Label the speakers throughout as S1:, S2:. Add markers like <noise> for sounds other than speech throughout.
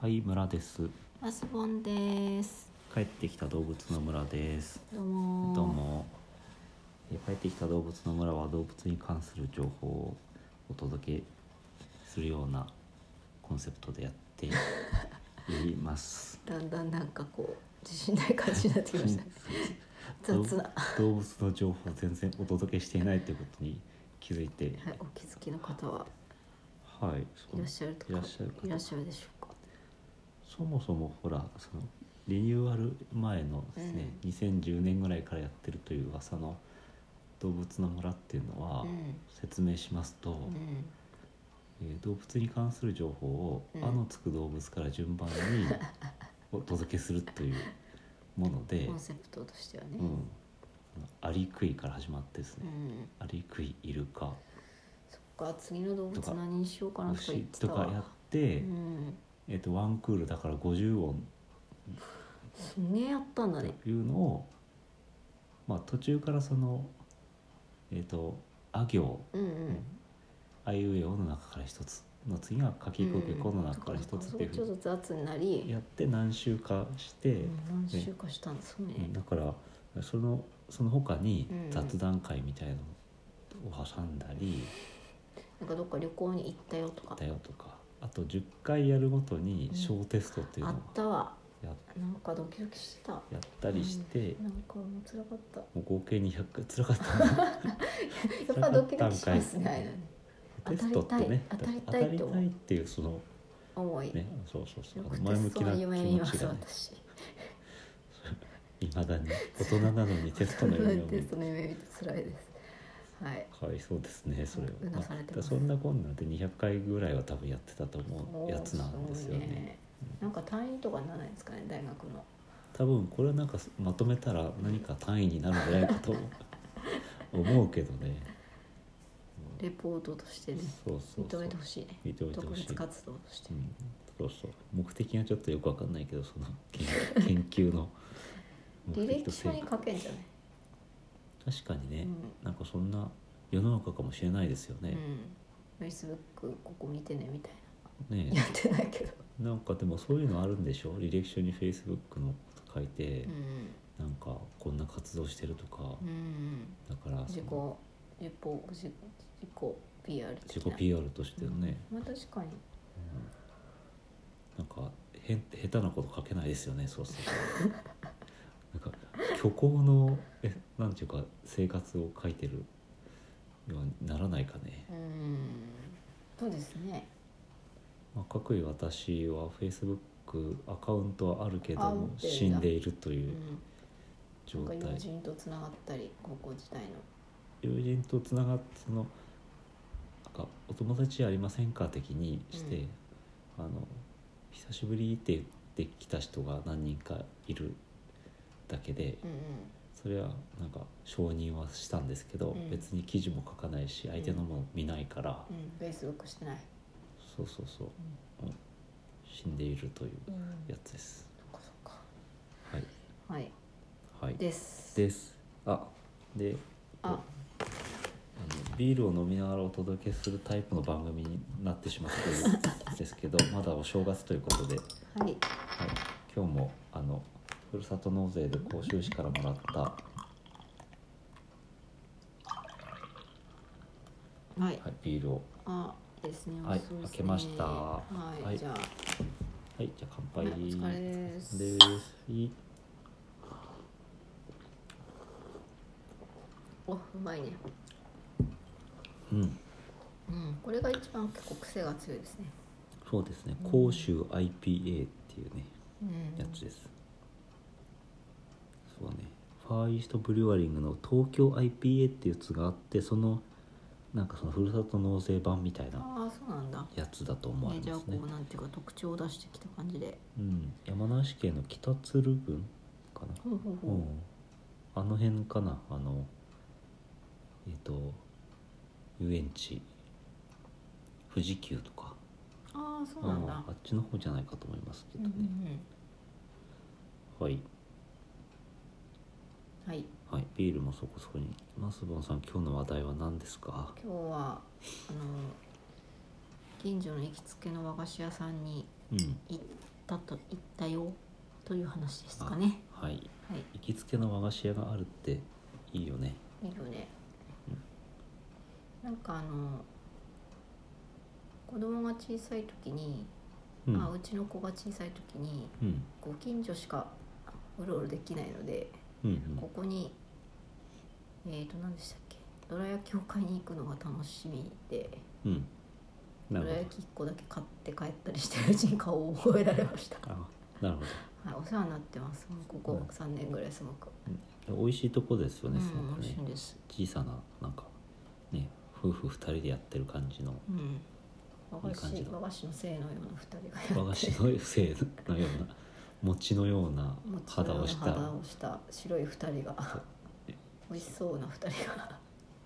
S1: はい村です
S2: マスボンです。
S1: 帰ってきた動物の村です
S2: どうも。
S1: どう。もえー帰ってきた動物の村は動物に関する情報をお届けするようなコンセプトでや
S2: <laughs>
S1: っています
S2: だんだんなんかこう自信ない感じになってき
S1: <laughs>
S2: ましたね。
S1: 動
S2: 雑な。
S1: 動物の情報を全然お届けしていないということに気づいて
S2: はい、お気づきの方は
S1: はいそ
S2: いうらっしゃるとか
S1: いらっしゃる方
S2: いらっしゃるでしょうか。
S1: そもそもほらそのリニューアル前のですね、2010年ぐらいからやってるという噂の動物の村っていうのは、
S2: うん
S1: 説明しますと、
S2: うん。
S1: えー動物に関する情報を「
S2: うん
S1: あ」のつく動物から順
S2: <laughs>
S1: 番にお届けするというもので
S2: コン、セプトとしてはね。
S1: う。ん、アリクイから始まってです
S2: う
S1: ね、
S2: ん、
S1: アリクイイルカ
S2: そっか次の動
S1: と
S2: 物
S1: か
S2: 何にしようかなとか言っ
S1: 牛
S2: て
S1: と
S2: た
S1: か
S2: わ
S1: やって、
S2: うん
S1: えー、とワンクールだから50音
S2: すげえやったんだね
S1: というのを、まあ、途中からそのえっ、と「あ行
S2: うんうん、」
S1: 「あいうえお」の中から一つの次は「かきこけこ」の中から一つっていう
S2: ちょっ
S1: ふう
S2: と雑になり
S1: にやって何週かして、
S2: うん何週かしたんですね
S1: うんだからそのその他に
S2: うん
S1: 雑談会みたいなのを挟んだり
S2: なんかどっか旅行に行ったよとか
S1: だよとかあと10回やるごとに小テストっていう
S2: あ
S1: のを
S2: ったわ
S1: や,、
S2: なんかドキドキしてた
S1: やったりして。
S2: なんかもう辛かった。
S1: もう合計200回つらかったな
S2: やっぱドキドキしますね。
S1: テストってね
S2: <laughs> 当たり
S1: 当
S2: た
S1: た
S2: い
S1: り
S2: と
S1: た
S2: 思う
S1: いっていうその
S2: 思い。
S1: ね、そうそうそ
S2: よ
S1: う
S2: く
S1: あの
S2: テ
S1: 前向
S2: スト
S1: きな
S2: の
S1: 気
S2: 夢見
S1: 持
S2: ます
S1: ちがね
S2: 私。
S1: いまだに大人なのにテストの夢を見
S2: <laughs> テ
S1: る
S2: ストの夢見て辛いです。はい。
S1: かわいそうですねそれは、
S2: うなされてます
S1: あそんなこんなで200回ぐらいは多分やってたと思うやつなんですよね
S2: そうなんか単位とかにならないんですかね大学の。
S1: 多分これはなんかまとめたら何か単位になるんじゃないか
S2: <laughs>
S1: と思うけどね
S2: レポートとしてね
S1: そうそうそ
S2: 認
S1: う
S2: めてほしいね。
S1: 認めて
S2: 特
S1: ほしい
S2: 別活動として
S1: う。ん、そうそう目的がちょっとよくわかんないけどその研研究の目
S2: 履
S1: 的と
S2: 歴書
S1: 成
S2: に
S1: 果
S2: 書けんじゃない。
S1: 確かにね、
S2: う
S1: なんかそんな世の中かもしれないですよ
S2: うん
S1: ね、。
S2: フェイスブックここ見てねみたい
S1: ね
S2: な。やってないけど。 <laughs>
S1: なんかでもそういうのあるんでしょ履歴書にフェイスブックのこと書いて、
S2: うん
S1: なんかこんな活動してるとか、
S2: うんうん。
S1: だから
S2: 自己
S1: その
S2: 自己自己自己 PR 的
S1: 自
S2: な
S1: 己 PR としてのね、
S2: まあ確かに
S1: なんかへん下手なこと書けないですよねそうするとなん
S2: <laughs>
S1: か虚構のえなんていうか生活を書いてるようにならないかね、
S2: うんそうですね
S1: まあ、各位私は Facebook アカウントはあるけど
S2: あ持
S1: も
S2: ってるんだ
S1: 死んでいるといううん状
S2: な
S1: 態
S2: んか友人とつながったり高校時代の
S1: 友人とつながってそのなんか「お友達ありませんか?」的にして、あの「久しぶり」って言ってきた人が何人かいるだけで
S2: うん
S1: それはなんか承認はしたんですけど、
S2: うん
S1: 別に記事も書かないし相手のも見ないから、
S2: うんうんフェイスブックしてない
S1: そうそうそう、うん死んでいるというやつです。
S2: そっかそっか
S1: はい、
S2: はい
S1: はい、
S2: です
S1: ですあで
S2: あ
S1: あのビールを飲みながらお届けするタイプの番組になってしまっているんですけどまだお正月ということで、はい、
S2: はい
S1: 今日もあのふるさと納税で甲州市からもらった、は
S2: はい
S1: い、ビールを
S2: あいいですね
S1: はい
S2: おそうですね
S1: 開けました
S2: はい、
S1: はい
S2: じゃあ
S1: はいじゃあ乾杯
S2: はいお疲れです
S1: ですい
S2: おうまいね
S1: うん
S2: うんこれが一番結構癖が強いですね
S1: そうですね甲州 IPA っていうね
S2: うん
S1: やつです、そうねファーイーストブリュワリングの東京 IPA っていうやつがあってそのなんかそのふるさと納税版みたいな
S2: ああそうなんだ
S1: やつだと思われ
S2: ね、じゃあ
S1: ます
S2: こ
S1: ね
S2: うなんていうか特徴を出してきた感じで
S1: うん、山梨県の北鶴郡かな、
S2: ほうほう
S1: う
S2: ほ
S1: んあの辺かなあのえっ、と遊園地富士急とか
S2: うああそうなんだ
S1: ああっちの方じゃないかと思いますけ
S2: うん
S1: ど
S2: う
S1: ね
S2: ん、うん
S1: はい
S2: はい
S1: はいビールもそこそこにマスボンさん今日の話題は何ですか
S2: 今日はあの近所の行きつけの和菓子屋さんに
S1: うん
S2: 行っったと言ったよという話ですかね。
S1: はい
S2: はい、
S1: 行きつけの和菓子屋があるっていいよね
S2: いいよね。なんかあの子供が小さい時に、
S1: うん
S2: あうちの子が小さい時に
S1: うん
S2: ご近所しかうろうろできないので、
S1: うん
S2: ここにえっ、ー、と何でしたっけどら焼きを買いに行くのが楽しみで
S1: うんうんな
S2: ど
S1: るほど
S2: ら焼き1個だけ買って帰ったりしてるうちに顔を覚えられま
S1: <laughs>
S2: した。
S1: あなるほど
S2: はい、お世話になってます。もうここ三年ぐらいすごく。
S1: 美味しいとこですよね、す
S2: う
S1: ご
S2: ん、
S1: く
S2: 美味しいん
S1: ね。
S2: です。
S1: 小さな、なんか、ね、夫婦二人でやってる感じの。
S2: うん。和菓
S1: いい感じ
S2: 子、
S1: だ
S2: 和菓子の性のような二人が。
S1: 和菓子のせい
S2: <laughs>
S1: のような、餅のような
S2: もちろん
S1: 肌をし
S2: 肌
S1: た。
S2: をした白い二人が。美味しそうな二人が。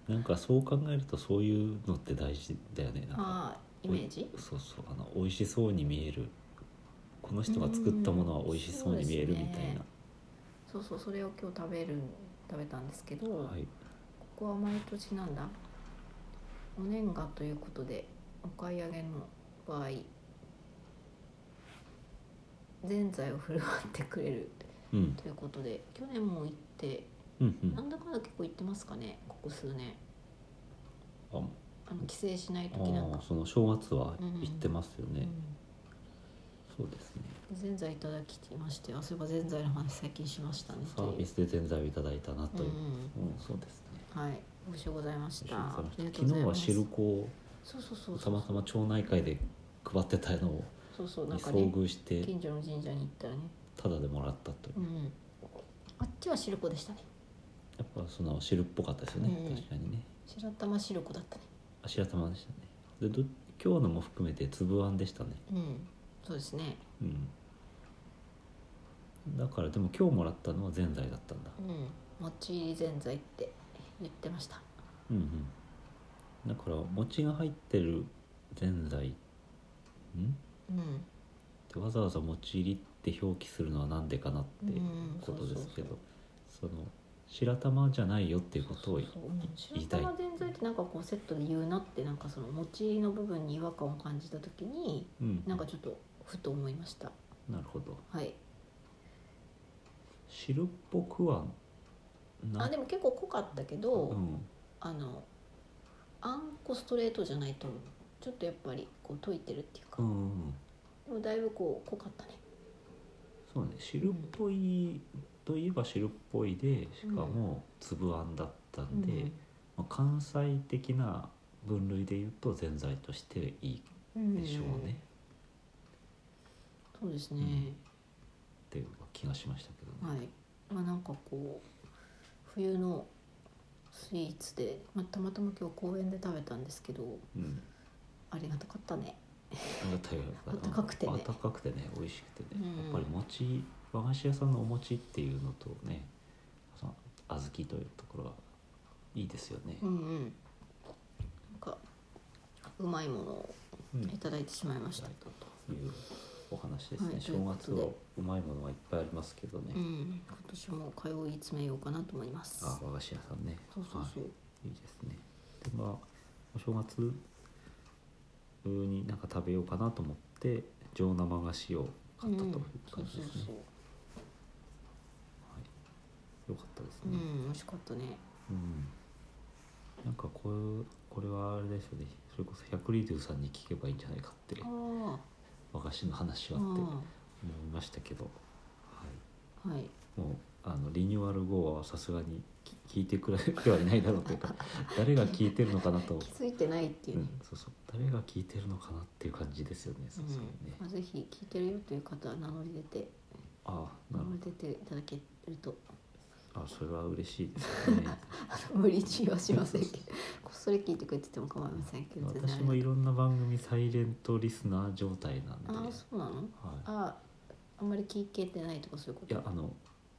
S1: なんか、そう考えると、そういうのって大事だよね。なんか、
S2: ああ、イメージ。
S1: そうそう、あの、美味しそうに見える。この人が作ったものは美味しそうに見える
S2: うん
S1: みたいな。
S2: そうそう、それを今日食べる、食べたんですけど、
S1: はい。
S2: ここは毎年なんだ。お年賀ということで、お買い上げの場合。ぜんざいを振る舞ってくれる。
S1: うん、
S2: ということで去年も行って
S1: うん、う
S2: なんだかんだ結構行ってますかねここ数年
S1: ん。
S2: あの帰省しない
S1: あ
S2: 時なん
S1: あ
S2: か
S1: ー、その正月は行ってますよね。そうですね。
S2: うんぜんざいいただきましてあそういえばぜんざいの話最近しましたね
S1: サービス
S2: ス
S1: で全財をいただいたな
S2: う
S1: と
S2: ん
S1: いうう。
S2: ん
S1: うん、そうですね。
S2: はいおしございましたありがと
S1: 昨日
S2: うござい
S1: は
S2: ます
S1: シルコ
S2: そうそうそ
S1: を
S2: う
S1: た
S2: そ
S1: ま
S2: う
S1: たま町内会で配ってたのを
S2: そうそう
S1: に
S2: なんか
S1: 遭
S2: ね
S1: 遇して
S2: 近所の神社に行ったらね
S1: タダでもらったという
S2: うんうんあっちは白子でしたね
S1: やっぱその汁っぽかったですよね
S2: うん
S1: 確かにね
S2: 白玉白子だったね
S1: あ白玉でしたねでど今日のも含めて粒あんでしたね
S2: うんそうですね
S1: うんだからでも今日もらったのはぜんざいだったんだ
S2: うん餅入りぜんざいって言ってました
S1: うんうんだから餅が入ってるぜんざいんっ
S2: うん
S1: てわざわざ餅入りって表記するのはなんでかなっていうことですけどその白玉じゃないよっていうことを
S2: そうそううん
S1: 言いたい
S2: 白玉全体ってなんかこうセットで言うなってなんかその餅の部分に違和感を感じた時に
S1: うん、
S2: なんかちょっとふと思いました
S1: なるほど
S2: はい
S1: 汁っぽくはな
S2: あでも結構濃かったけど、
S1: うん、
S2: あのあんこストレートじゃないとちょっとやっぱりこう溶いてるっていう
S1: う
S2: か、
S1: んうんうん、
S2: でもだいぶこう濃かったね
S1: そうね汁っぽいといえば汁っぽいでしかも粒あんだったんで、まあ、関西的な分類で言うとぜんざいとしていい
S2: うん
S1: でしょうね、
S2: そうですね、
S1: っていう気がしましたけどね、
S2: はいまあなんかこう冬のスイーツで、まあ、たまたま今日公園で食べたんですけど
S1: うん、
S2: ありがたかったね
S1: あったかい
S2: あったかくてね
S1: あったかくてね美味しくてね、
S2: うん
S1: やっぱり餅和菓子屋さんのお餅っていうのとねその小豆というところはいいですよね
S2: う、んうんなんかうまいものを
S1: うん
S2: いただいてしまいました、
S1: というお話ですね、
S2: はい
S1: 正月
S2: という
S1: は
S2: こ
S1: うまいものはいっぱいありますけどね、
S2: うん、今年も通い詰めようかなと思います
S1: あ和菓子屋さんね
S2: そうそうそう、
S1: はい、いいですねでまあお正月になんか食べようかなと思って上生菓子を買ったという感じですね、
S2: うん、そうそう
S1: はい、よかったです
S2: そう、
S1: ね、
S2: うん、美味しかったね
S1: うんなんかこうこれはあれですよねそれこそ百里龍さんに聞けばいいんじゃないかって
S2: あ
S1: 和菓子の話
S2: あ
S1: はって思
S2: あ
S1: いましたけど、はい、
S2: あはい
S1: もうあのリニューアル後はさすがにき聞いてくれてはいないだろうという
S2: <laughs>
S1: か誰が聞いてるのかなと、
S2: 気づいてないっていううね
S1: ん、そうそう誰が聞いてるのかなっていう感じですよね
S2: う
S1: さ
S2: ん
S1: すがにね、
S2: まあ、ぜひ聞いてるよという方は名乗り出て
S1: ああ
S2: 名
S1: なる
S2: 乗り出ていただけると
S1: ほどあそれは嬉しいです
S2: <laughs>
S1: ね
S2: 無理強いはしませんけどこっそり聞いてくれてても構いませんけど全然あ
S1: 私
S2: れだ
S1: もいろんな番組サイレントリスナー状態なんで、
S2: あ
S1: は
S2: あそうなの
S1: い、
S2: あああんまり聞けてないとかそういうこと
S1: いやあの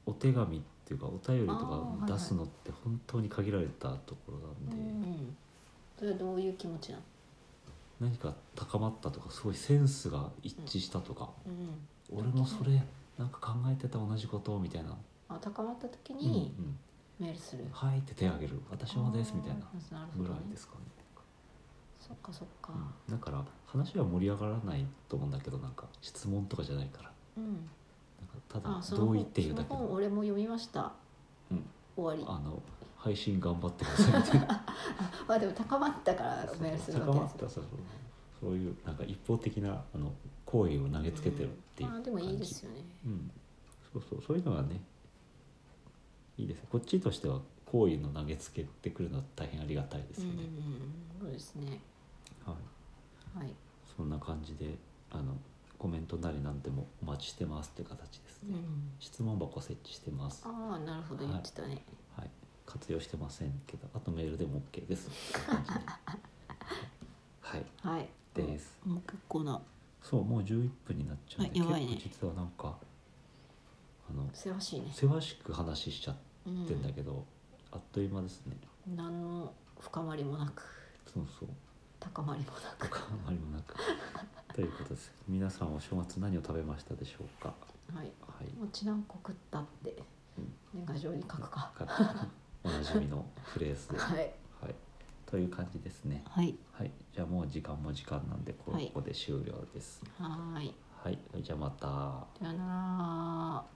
S1: お手紙っていうかお便りと
S2: あーは
S1: か
S2: いはい
S1: 出すのって本当に限られたところなんで、
S2: うん、それはどういう気持ちなの、
S1: 何か高まったとかすごいセンスが一致したとか、
S2: うん、
S1: 俺もそれなんか考えてた同じことみたいな
S2: あ高まった
S1: 「
S2: 時に
S1: うん
S2: メールする
S1: うん、はい」って手を挙げる「私もです」みたいな
S2: あーなるほ
S1: ぐ
S2: ど、
S1: ら
S2: ね、
S1: いですかね、
S2: そっかそっか、
S1: うんだから話は盛り上がらないと思うんだけどなんか質問とかじゃないから
S2: うん、
S1: なんか
S2: あ
S1: た
S2: そ
S1: だ
S2: の
S1: 同
S2: 本
S1: 意っていうだけ
S2: その本
S1: の
S2: 俺も読みました
S1: うん
S2: 終わ
S1: あの配信頑張ってくださいみたいな
S2: りまあでも高まったからメールするわ
S1: 高
S2: け
S1: ま
S2: で
S1: っ
S2: す
S1: たそうそうそういうなんか一方的なあの好意を投げつけてるっていう
S2: あ
S1: 感じ、
S2: ーで
S1: うん、
S2: もいいですよね
S1: そうそうそういうのはねいいですこっちとしては好意の投げつけてくるのは大変ありがたいですよね、
S2: うんうんうん、そうですね
S1: はい
S2: はい
S1: そんな感じであのコメントなりなんでもお待ちしてますっていう形です
S2: う
S1: ね、
S2: ん
S1: 質問箱設置してます、
S2: ああなるほど言ってたね、
S1: はい、活用してませんけどあとメールでも OK ですっていう感
S2: <laughs>
S1: じではい
S2: はい、
S1: です
S2: もう結構な
S1: そうもう11分になっちゃうんで、
S2: あやばいね
S1: 結構実はなんかあの
S2: せわしいね、
S1: せわしく話しちゃっ
S2: う
S1: てんだ
S2: ん、
S1: けど、あっという間ですね
S2: 何の深まりもなく
S1: そうそう
S2: 高まりもな
S1: お
S2: く
S1: かわりもな
S2: <laughs>
S1: くということです皆さんお正月何を食べましたでしょうか
S2: はい
S1: はい
S2: 餅何個食ったって年賀状に書くか
S1: かおなじみのフレーズで、は
S2: はい
S1: い、という感じですね
S2: はい
S1: はいじゃあもう時間も時間なんでこ
S2: はい
S1: ここで終了です
S2: はーい
S1: はい、じゃあまた
S2: さよなら